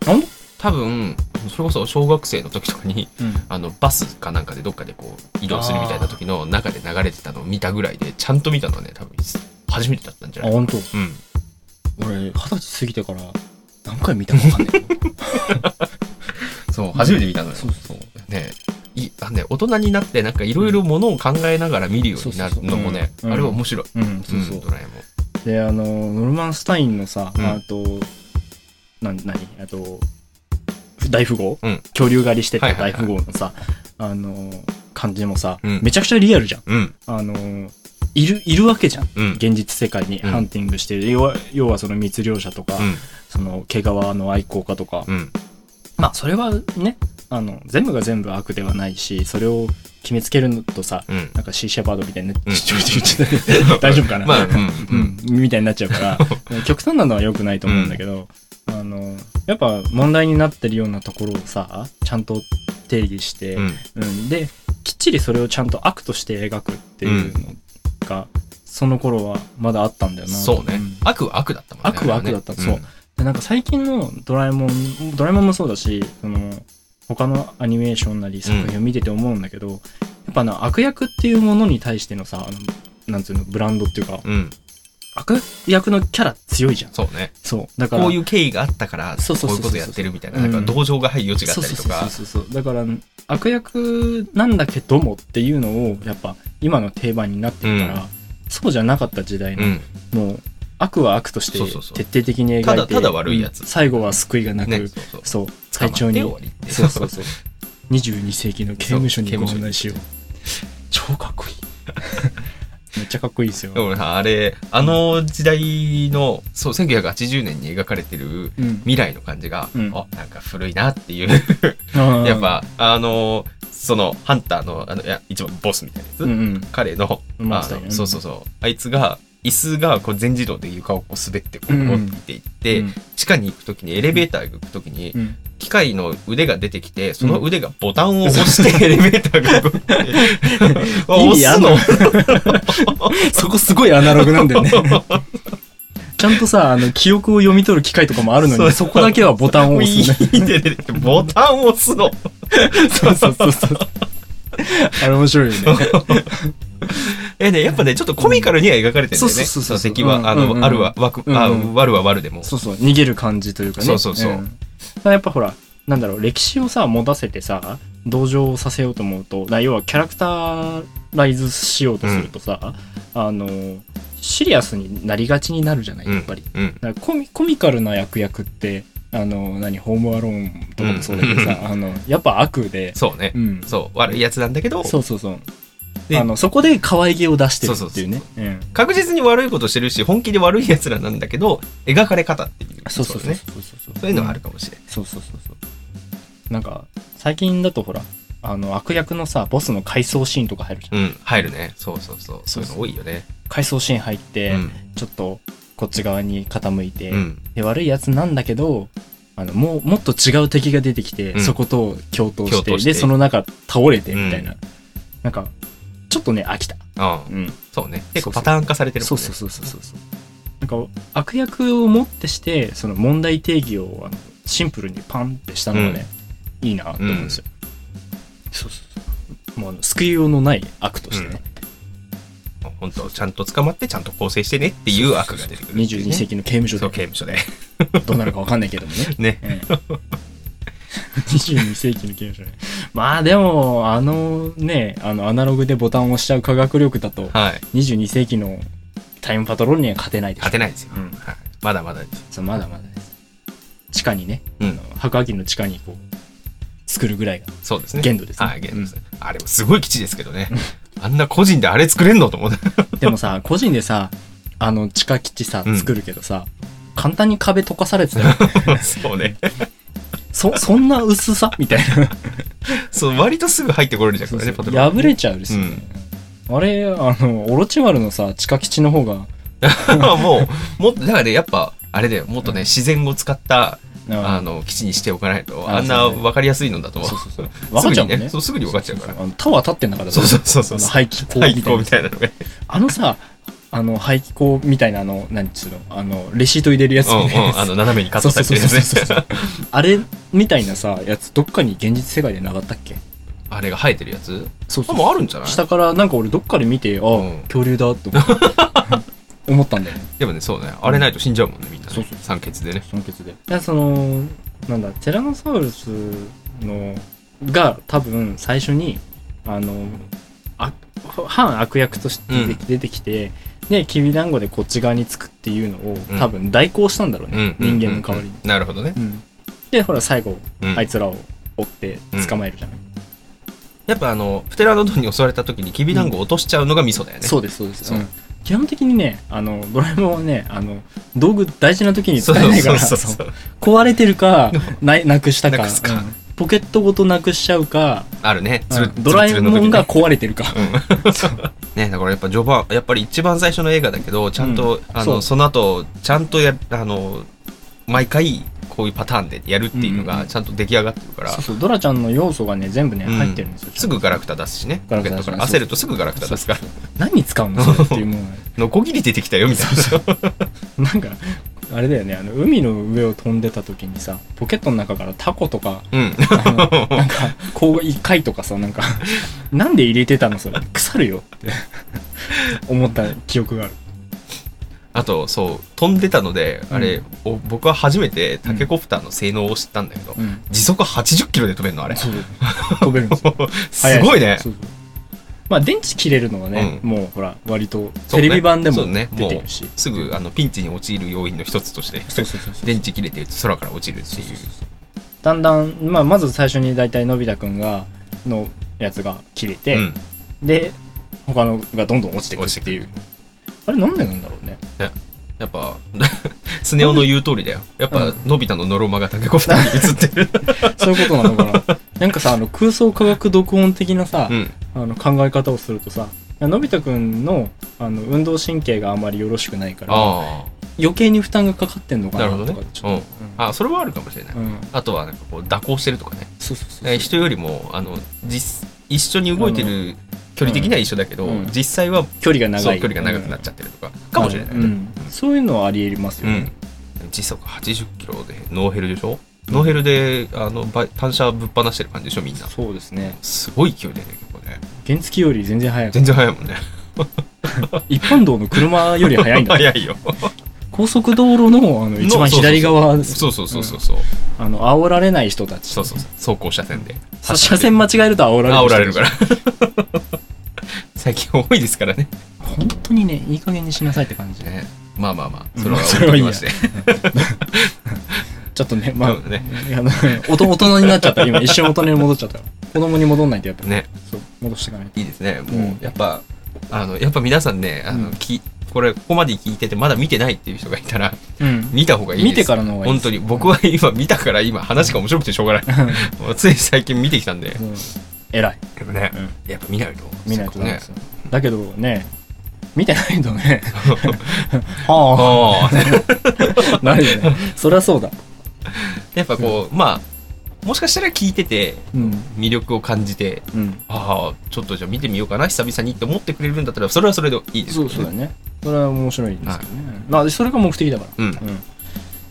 Speaker 2: なん
Speaker 3: 多分それこそ小学生の時とかに
Speaker 2: うん
Speaker 3: あのバスかなんかでどっかでこう移動するみたいな時の中で流れてたのを見たぐらいでちゃんと見たのはね多分初めてだったんじゃ
Speaker 2: あ
Speaker 3: ない
Speaker 2: 本当。
Speaker 3: うん
Speaker 2: 俺二十歳過ぎてから何回見たかわかんない
Speaker 3: そう、初めて見たの よ。
Speaker 2: そう
Speaker 3: そうねいあのね、大人になって、なんかいろいろものを考えながら見るようになるのもね、
Speaker 2: そうそうそううん
Speaker 3: あれは面白い。
Speaker 2: うんそうそう
Speaker 3: うんドラえもん。
Speaker 2: であのノルマン・スタインのさ、
Speaker 3: うん
Speaker 2: あとな何あと大富豪、
Speaker 3: うん
Speaker 2: 恐竜狩りして
Speaker 3: は
Speaker 2: た
Speaker 3: いはい
Speaker 2: 大
Speaker 3: はい
Speaker 2: 富豪のさ、あの感じもさ、
Speaker 3: うん
Speaker 2: めちゃくちゃリアルじゃん
Speaker 3: うん、
Speaker 2: あのいるいるわけじゃん
Speaker 3: うん。
Speaker 2: 現実世界に
Speaker 3: うん
Speaker 2: ハンティングしてる、要は要はその密猟者とか、
Speaker 3: うん、
Speaker 2: その毛皮の愛好家とか、
Speaker 3: うん、
Speaker 2: まあそれはねあの全部が全部悪ではないしそれを決めつけるのとさ
Speaker 3: うん。
Speaker 2: なんかシーシャバードみたいな、
Speaker 3: うん
Speaker 2: ちょいちょいちょいちょい 大丈夫かな、
Speaker 3: まあ、うん、
Speaker 2: う
Speaker 3: うん
Speaker 2: ん、みたいになっちゃう から極端なのは良くないと思うんだけど、あのやっぱ問題になってるようなところをさちゃんと定義して、
Speaker 3: う
Speaker 2: うん
Speaker 3: ん。
Speaker 2: できっちりそれをちゃんと悪として描くっていうのが、その頃はまだあったんだよな
Speaker 3: そうね
Speaker 2: ん。
Speaker 3: 悪は悪だったもんね。
Speaker 2: 悪は悪だった
Speaker 3: あれはね
Speaker 2: でなんか最近のドラえもんドラえもんもそうだしその他のアニメーションなり作品を見てて思うんだけど、やっぱあの悪役っていうものに対してのさあのなんつうのブランドっていうか、
Speaker 3: うん。うん
Speaker 2: 悪役のキャラ強いじゃん。
Speaker 3: そうね。
Speaker 2: そう。だから。
Speaker 3: こういうう経緯があったから、
Speaker 2: そうそ
Speaker 3: こ
Speaker 2: う
Speaker 3: う
Speaker 2: そそう
Speaker 3: いううことやってるみたいな、
Speaker 2: う
Speaker 3: なんんか同情が入る余地があっ
Speaker 2: そう
Speaker 3: たり
Speaker 2: そう
Speaker 3: と
Speaker 2: そう
Speaker 3: か、
Speaker 2: そうそう。だから、悪役なんだけどもっていうのを、やっぱ、今の定番になってるから、そうじゃなかった時代
Speaker 3: う
Speaker 2: の、
Speaker 3: ん。
Speaker 2: もう、悪は悪として
Speaker 3: そうそうそう
Speaker 2: 徹底的に描いて
Speaker 3: ただただ悪いやつ
Speaker 2: うん最後は救いがなく、
Speaker 3: ねそうそう
Speaker 2: そう
Speaker 3: 捕ま
Speaker 2: 最
Speaker 3: って
Speaker 2: 長に
Speaker 3: 終わりって
Speaker 2: そうそうそう22世紀の刑務所に
Speaker 3: そう
Speaker 2: ご
Speaker 3: 刑務所
Speaker 2: 案
Speaker 3: に
Speaker 2: 内しよう超かっこいい めっちゃかっこいいですよ
Speaker 3: でもなあれあの時代のそう1980年に描かれてる
Speaker 2: うん
Speaker 3: 未来の感じが、
Speaker 2: うん
Speaker 3: あなんか古いなっていう
Speaker 2: うん
Speaker 3: やっぱあのそのハンターのあのいや一番ボスみたいなやつ、
Speaker 2: うんうん
Speaker 3: 彼の
Speaker 2: まあ
Speaker 3: あ
Speaker 2: そうだよ
Speaker 3: の
Speaker 2: ね
Speaker 3: そうそうそうあいつが椅子がこう全自動で床をこう滑ってこう
Speaker 2: うん
Speaker 3: 降りていって、
Speaker 2: うん
Speaker 3: 地下に行く時にエレベーターが行く時に、
Speaker 2: うん
Speaker 3: 機械の腕が出てきてその腕がボタンを押してエレベーターが動くっていう
Speaker 2: 意
Speaker 3: 押
Speaker 2: 味あ
Speaker 3: す
Speaker 2: んの
Speaker 3: の
Speaker 2: そこすごいアナログなん だよねちゃんとさあの記憶を読み取る機械とかもあるの
Speaker 3: そう
Speaker 2: にそこだけはボタンを押すね
Speaker 3: ウィーンって出てきてボタンを押すの そうそうそうそう
Speaker 2: あれ面白いよね
Speaker 3: えねやっぱねちょっとコミカルには描かれてるんだよね
Speaker 2: そうそうそうそう
Speaker 3: の敵はあ
Speaker 2: うんうんう
Speaker 3: の
Speaker 2: ん
Speaker 3: あるはわくあ
Speaker 2: うんうん
Speaker 3: 悪は悪でも
Speaker 2: そうそう逃げる感じというかね
Speaker 3: そうそうそうん
Speaker 2: ただやっぱほらなんだろう歴史をさ持たせてさ同情させようと思うとだ要はキャラクターライズしようとするとさ、あのシリアスになりがちになるじゃないやっぱり、
Speaker 3: うん
Speaker 2: だからコミコミカルな役役ってあの何ホームアローンとかもそうだけどさ、あのやっぱ悪で、
Speaker 3: そうね
Speaker 2: うん、
Speaker 3: そう悪いやつなんだけど
Speaker 2: そうそうそう
Speaker 3: で
Speaker 2: あのそこで可愛げを出してるっていうね
Speaker 3: そう
Speaker 2: うん
Speaker 3: 確実に悪いことしてるし本気で悪いやつらなんだけど描かれ方っていう
Speaker 2: そうそうそう
Speaker 3: ね
Speaker 2: そうそう
Speaker 3: そういうのはあるかもしれない、
Speaker 2: そうそうそうそうなんか最近だとほらあの悪役のさボスの回想シーンとか入るじゃん
Speaker 3: うん入るねそうそうそうそういうの多いよね
Speaker 2: 回想シーン入って、
Speaker 3: うん
Speaker 2: ちょっとこっち側に傾いて、
Speaker 3: うん
Speaker 2: で悪いやつなんだけどあのもうもっと違う敵が出てきて、
Speaker 3: うん
Speaker 2: そこと共闘して
Speaker 3: 共闘して
Speaker 2: でその中倒れてみたいな、なんかちょっとね飽きた、
Speaker 3: ああ
Speaker 2: うん、
Speaker 3: そうね結構パターン化されてるもんね
Speaker 2: そうそうそうそうそうそうなんか悪役をもってしてその問題定義をあのシンプルにパンってしたのがね、いいなと思うんですよ、そうそうそうもうあの救いようのない悪としてね、
Speaker 3: 本当ちゃんと捕まってちゃんと構成してねっていう悪が出てくる、
Speaker 2: 22世
Speaker 3: 紀
Speaker 2: 紀の刑務所
Speaker 3: そう
Speaker 2: で
Speaker 3: 刑務所で
Speaker 2: どうなるかわかんないけども ね
Speaker 3: ね
Speaker 2: うん22世紀の刑務所ねまあでもあのねあのアナログでボタンを押しちゃう科学力だと
Speaker 3: はい
Speaker 2: 22世紀のタイムパトロールには勝てないでしょ
Speaker 3: 勝てないですよ、
Speaker 2: うん
Speaker 3: はい、まだまだです
Speaker 2: そうまだまだです地下にね
Speaker 3: うん
Speaker 2: あの白亜紀の地下にこう作るぐらいが
Speaker 3: そうですね
Speaker 2: 限度ですね
Speaker 3: はい限度ですね、あれもすごい基地ですけどねあんな個人であれ作れん のと思って
Speaker 2: でもさ個人でさあの地下基地さ
Speaker 3: うん
Speaker 2: 作るけどさ、簡単に壁溶かされてたよ
Speaker 3: そうね
Speaker 2: そそんな薄さみたい な
Speaker 3: そう割とすぐ入ってこれるじゃんこれねパトロール
Speaker 2: 破れちゃうですよね、あれあのオロチマルのさ地下基地の方が
Speaker 3: もうもっとだからねやっぱあれだよもっとね、自然を使ったあ
Speaker 2: の
Speaker 3: の基地にしておかないと
Speaker 2: あ
Speaker 3: あんな
Speaker 2: そうね
Speaker 3: 分かりやすいのだと
Speaker 2: そうそうそう分か
Speaker 3: すぐ
Speaker 2: っちゃう
Speaker 3: に
Speaker 2: もんね
Speaker 3: そうすぐに分かっちゃうから
Speaker 2: あのタワー立ってん中だか
Speaker 3: そ
Speaker 2: ら
Speaker 3: うそうそう
Speaker 2: あ
Speaker 3: そう
Speaker 2: の廃棄口みた
Speaker 3: 廃
Speaker 2: いな
Speaker 3: 校みたいなの がね
Speaker 2: あのさあの廃棄口みたいなあの何つうのあのレシート入れるやつ
Speaker 3: うん
Speaker 2: みたいな
Speaker 3: う
Speaker 2: や
Speaker 3: ん
Speaker 2: つ
Speaker 3: あの斜めにカットされてるやつ
Speaker 2: そうそうそう
Speaker 3: ね
Speaker 2: あれみたいなさやつどっかに現実世界でなかったっけ
Speaker 3: あれが生えてるやつ
Speaker 2: そうそ
Speaker 3: あ
Speaker 2: う
Speaker 3: もうあるんじゃない
Speaker 2: 下からなんか俺どっかで見てあ、
Speaker 3: うん
Speaker 2: 恐竜だって思った 思ったんだよね
Speaker 3: でもねそうねあれないと死んじゃうもんねみんなね
Speaker 2: そうそう
Speaker 3: 酸欠でね
Speaker 2: その決でそのなんだティラノサウルスのが多分最初にあのあ反悪役として出て出てきて、できびだんごでこっち側につくっていうのを
Speaker 3: うん
Speaker 2: 多分代行したんだろうね、
Speaker 3: うん
Speaker 2: 人間の代わりに、
Speaker 3: なるほどね
Speaker 2: うんでほら最後、
Speaker 3: うん
Speaker 2: あいつらを追って捕まえるじゃない、
Speaker 3: やっぱあのプテラノドンに襲われた時にきびだんごを落としちゃうのがミソだよね
Speaker 2: そうですそうです、
Speaker 3: そう
Speaker 2: うん基本的にねあのドラえもんはねあの道具大事な時に使えないから
Speaker 3: そうそうそうそう
Speaker 2: 壊れてる かないなくしたか
Speaker 3: なくすか
Speaker 2: うんポケットごとなくしちゃうか、
Speaker 3: あるねつ
Speaker 2: う
Speaker 3: る
Speaker 2: んドラえもんが
Speaker 3: つ
Speaker 2: 壊れてるか、
Speaker 3: るつるの時ねうんねだからやっぱ序盤やっぱり一番最初の映画だけどちゃんと、
Speaker 2: うん
Speaker 3: あ
Speaker 2: そ
Speaker 3: の
Speaker 2: う
Speaker 3: その後ちゃんとやあの毎回こういうパターンでやるってい
Speaker 2: う
Speaker 3: うの
Speaker 2: んうんう
Speaker 3: がちゃんと出来上がってるから、
Speaker 2: そうそうドラちゃんの要素がね全部ね
Speaker 3: うん
Speaker 2: 入ってるんですよ、
Speaker 3: すぐガラクタ出すしね
Speaker 2: ガ
Speaker 3: ポ
Speaker 2: ラクタ出
Speaker 3: ケット
Speaker 2: し
Speaker 3: から
Speaker 2: ます
Speaker 3: 焦るとすぐガラクタ出すから
Speaker 2: 何に使うの それっていうものがね
Speaker 3: ノコギリ出てきたよみたいな
Speaker 2: なんかあれだよねあの海の上を飛んでた時にさポケットの中からタコとか
Speaker 3: うん
Speaker 2: あのなんかこう一回とかさ なんかなんで入れてたのそれ腐るよって思った記憶がある
Speaker 3: あとそう飛んでたのであれ、お僕は初めてタケコプターの性能を知ったんだけど、
Speaker 2: うん
Speaker 3: 時速80キロで飛べるのあれ
Speaker 2: そう飛べるんですよ
Speaker 3: すごいね
Speaker 2: そうそうまあ電池切れるのはね、
Speaker 3: う
Speaker 2: もうほら割と
Speaker 3: そう
Speaker 2: テ
Speaker 3: ね
Speaker 2: レビ版で
Speaker 3: そ
Speaker 2: も
Speaker 3: うね
Speaker 2: 出てるし、
Speaker 3: すぐあのピンチに陥る要因の一つとして
Speaker 2: そうそうそうそう
Speaker 3: 電池切れて空から落ちるっていう
Speaker 2: だんだん、まあ、まず最初に大体のび太くんがのやつが切れて、
Speaker 3: うん
Speaker 2: で他のがどんどん落ちてくるっていうあれなんでなんだろうね
Speaker 3: やっぱ スネ夫の言う通りだよやっぱ、
Speaker 2: うん
Speaker 3: のび太のノロマがタケコプターに移ってる
Speaker 2: そういうことなのかな なんかさあの空想科学読音的なさ
Speaker 3: う、ん
Speaker 2: あの考え方をするとさのび太くんのあの運動神経があまりよろしくないから
Speaker 3: あ
Speaker 2: 余計に負担がかかってんの
Speaker 3: あ
Speaker 2: か
Speaker 3: な
Speaker 2: な
Speaker 3: るほど
Speaker 2: と
Speaker 3: ね
Speaker 2: かち
Speaker 3: う
Speaker 2: ょっ
Speaker 3: んあそれはあるかもしれない、
Speaker 2: と、うんうん、
Speaker 3: あとはなんかこう蛇行してるとかね
Speaker 2: そうそうそう
Speaker 3: えー人よりもあの実一緒に動いてる距離的には一緒だけど、
Speaker 2: うん
Speaker 3: 実際は
Speaker 2: 距離が長い
Speaker 3: そう距離が長くなっちゃってるとか、かもしれない、
Speaker 2: う
Speaker 3: ね
Speaker 2: んそういうのはありえます
Speaker 3: う
Speaker 2: よね、
Speaker 3: ん、時速80キロでノーヘルでしょノーヘルであのば単車ぶっ放してる感じでしょみんな
Speaker 2: そうですね
Speaker 3: すごい勢いでねここね
Speaker 2: 原付より全然速い
Speaker 3: 全然速いも んね
Speaker 2: 一般道の車より速い んだ
Speaker 3: 速いよ
Speaker 2: 高速道路のあの一番左側です
Speaker 3: そうそうそうそうそう
Speaker 2: あの煽られない人たち
Speaker 3: そうそうそう走行車線で
Speaker 2: そう車線間違えると煽られる
Speaker 3: あ
Speaker 2: 人
Speaker 3: おられるから 最近多いですからね
Speaker 2: 本当にねいい加減にしなさいって感じ
Speaker 3: ねまあまあまあ
Speaker 2: うん
Speaker 3: それは
Speaker 2: そ
Speaker 3: 置
Speaker 2: れ
Speaker 3: い
Speaker 2: は
Speaker 3: と
Speaker 2: いい
Speaker 3: き
Speaker 2: や
Speaker 3: まして
Speaker 2: ちょっとねまあ
Speaker 3: うん ね
Speaker 2: あの大人大人になっちゃった今一瞬大人に戻っちゃった子供に戻んないとやっぱ
Speaker 3: ね
Speaker 2: そう戻していかないと
Speaker 3: いいですね
Speaker 2: う
Speaker 3: も
Speaker 2: ん
Speaker 3: うやっぱあのやっぱ皆さんねあの、
Speaker 2: うん
Speaker 3: きこれここまで聞いててまだ見てないっていう人がいたら
Speaker 2: うん
Speaker 3: 見た方がいいです
Speaker 2: 見てからの方がいい
Speaker 3: 本当に僕は今見たから今話が面白くてしょうがないもうつい最近見てきたん で
Speaker 2: うん偉い
Speaker 3: でもね
Speaker 2: う
Speaker 3: やっぱ見ないと
Speaker 2: 見ないとダメ
Speaker 3: ね
Speaker 2: ですよだけどね見てないとねは
Speaker 3: ああ
Speaker 2: あ なるよねそりゃそうだ
Speaker 3: やっぱこうまあもしかしたら聞いてて
Speaker 2: うん
Speaker 3: 魅力を感じて
Speaker 2: うん
Speaker 3: ああちょっとじゃあ見てみようかな久々にって思ってくれるんだったらそれはそれでいいです
Speaker 2: そう
Speaker 3: よ
Speaker 2: そうだねそれは面白いですけどね、まあそれが目的だから
Speaker 3: うん
Speaker 2: うん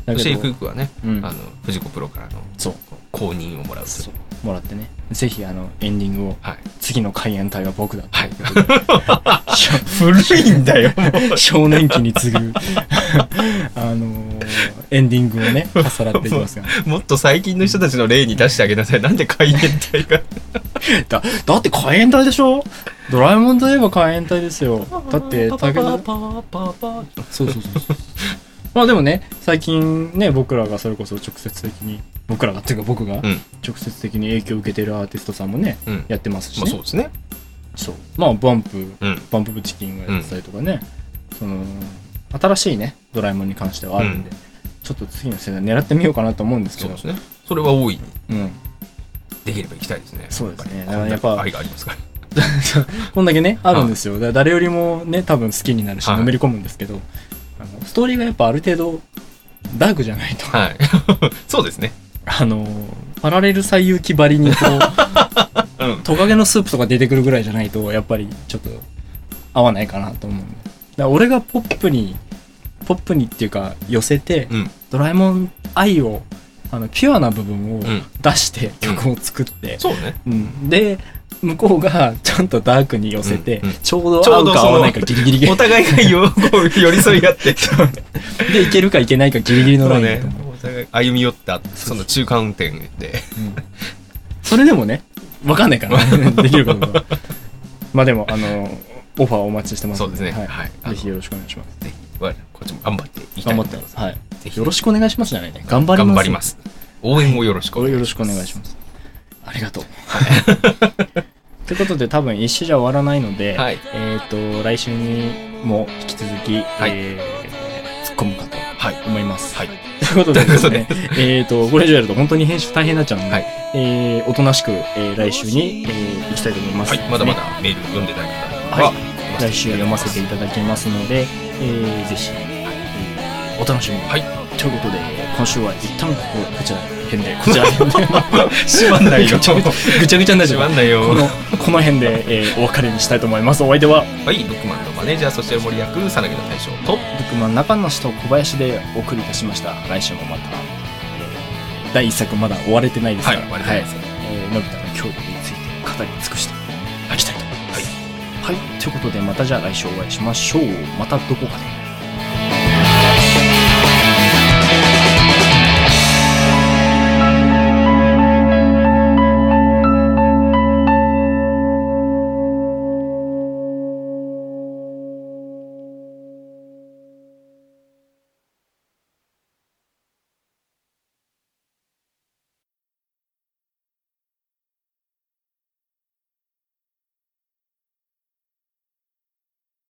Speaker 2: だ
Speaker 3: そし
Speaker 2: け
Speaker 3: てゆく
Speaker 2: ど
Speaker 3: ゆくはね、
Speaker 2: うん
Speaker 3: あの藤子プロからの
Speaker 2: そう
Speaker 3: 公認をもらうという
Speaker 2: そうもらってねぜひあのエンディングを
Speaker 3: はい
Speaker 2: 次の海援隊は僕だ
Speaker 3: はい
Speaker 2: し
Speaker 3: 古いんだよもう
Speaker 2: ょ 少年期に次ぐ あのーエンディングをね重なっていきますが
Speaker 3: もっと最近の人たちの例に出してあげなさいなんで海援隊 が
Speaker 2: だだって海援隊でしょドラえもんといえば海援隊ですよだって武田そうそうそうそうまあでもね最近ね僕らがそれこそ直接的に僕らがっていうか僕が
Speaker 3: うん
Speaker 2: 直接的に影響を受けてるアーティストさんもね、
Speaker 3: うん
Speaker 2: やってますし、
Speaker 3: まあ
Speaker 2: ね
Speaker 3: そうですね
Speaker 2: そうまあバンプ
Speaker 3: うん
Speaker 2: バンプブチキンがやってたりとかね、その新しいねドラえもんに関してはあるんで、
Speaker 3: う
Speaker 2: ちょっと次の世代狙ってみようかなと思うんですけ
Speaker 3: そう
Speaker 2: ど
Speaker 3: ですねそれは大いに
Speaker 2: うん、
Speaker 3: できれば行きたいですね
Speaker 2: そうですね
Speaker 3: やっぱ
Speaker 2: やっぱ
Speaker 3: りこんだけ愛がありますから
Speaker 2: こんだけねあるんですよだから誰よりもね多分好きになるし
Speaker 3: はい
Speaker 2: のめり込むんですけど、あのストーリーがやっぱある程度ダークじゃないと、
Speaker 3: はい そうですね
Speaker 2: あのパラレル最遊記ばりにこう
Speaker 3: うん
Speaker 2: トカゲのスープとか出てくるぐらいじゃないとやっぱりちょっと合わないかなと思うんでだから俺がポップにポップにっていうか寄せて、
Speaker 3: うん
Speaker 2: ドラえもん愛をあのピュアな部分を
Speaker 3: ん
Speaker 2: 出して曲を作って、
Speaker 3: そうね
Speaker 2: うんで向こうがちゃんとダークに寄せて、
Speaker 3: うんうん
Speaker 2: ちょうど
Speaker 3: ちょ
Speaker 2: 合
Speaker 3: う
Speaker 2: う
Speaker 3: ど
Speaker 2: か
Speaker 3: その
Speaker 2: 合わないかギリギリで
Speaker 3: お互いがよこう寄り添い 合ってそう
Speaker 2: いけるかいけないかギリギリのラインだ
Speaker 3: ね
Speaker 2: と思う
Speaker 3: お互い歩み寄ったその中間点で
Speaker 2: うんそれでもねわかんないからね できるかどうかはまあでもあのオファーお待ちしてます
Speaker 3: そ
Speaker 2: の
Speaker 3: うですね
Speaker 2: はい
Speaker 3: はい
Speaker 2: ぜひよろしくお願いします
Speaker 3: ぜひ我々こっちも頑張っていきたい
Speaker 2: 頑張
Speaker 3: と
Speaker 2: ってま
Speaker 3: 思います
Speaker 2: す。はい。
Speaker 3: ぜひ
Speaker 2: よろしくお願いしますじゃないね。頑張ります。
Speaker 3: 頑張りま。す応援をよろしく
Speaker 2: これよろしくお願いします。ありがとう。ということで多分一週じゃ終わらないので、
Speaker 3: はい
Speaker 2: えっ、と、来週にも引き続き、
Speaker 3: い
Speaker 2: えー突っ込むかと
Speaker 3: はい
Speaker 2: 思います。
Speaker 3: はい
Speaker 2: ということで ですね
Speaker 3: と、
Speaker 2: えっと、これ以上やると本当に編集大変になっちゃうんで、
Speaker 3: はい
Speaker 2: えーおとなしく、えー来週に、えー行きたいと思います。
Speaker 3: はいまだまだメール読んでない方
Speaker 2: は、
Speaker 3: はい
Speaker 2: 来週読ませていただきますので、えーぜひ、えーお楽しみに、
Speaker 3: はい
Speaker 2: ということで今週は一旦こここちら辺でこちら辺で
Speaker 3: 閉まん ないよ
Speaker 2: ぐちゃぐちゃぐちゃぐちゃになっち
Speaker 3: 閉
Speaker 2: ゃ
Speaker 3: ま
Speaker 2: うん
Speaker 3: ないよ
Speaker 2: このこの辺で、えーお別れにしたいと思いますお相手は
Speaker 3: はいブックマンのマネージャーそして森役さなぎの大将と
Speaker 2: ブックマン中野氏と小林でお送りいたしました来週もまた、えー第一作まだ終われてないですから、
Speaker 3: はい終われてないです
Speaker 2: えーのび太の恐怖について語り尽くしていきたいと思いますはい、ということでまたじゃあ来週お会いしましょうまたどこかで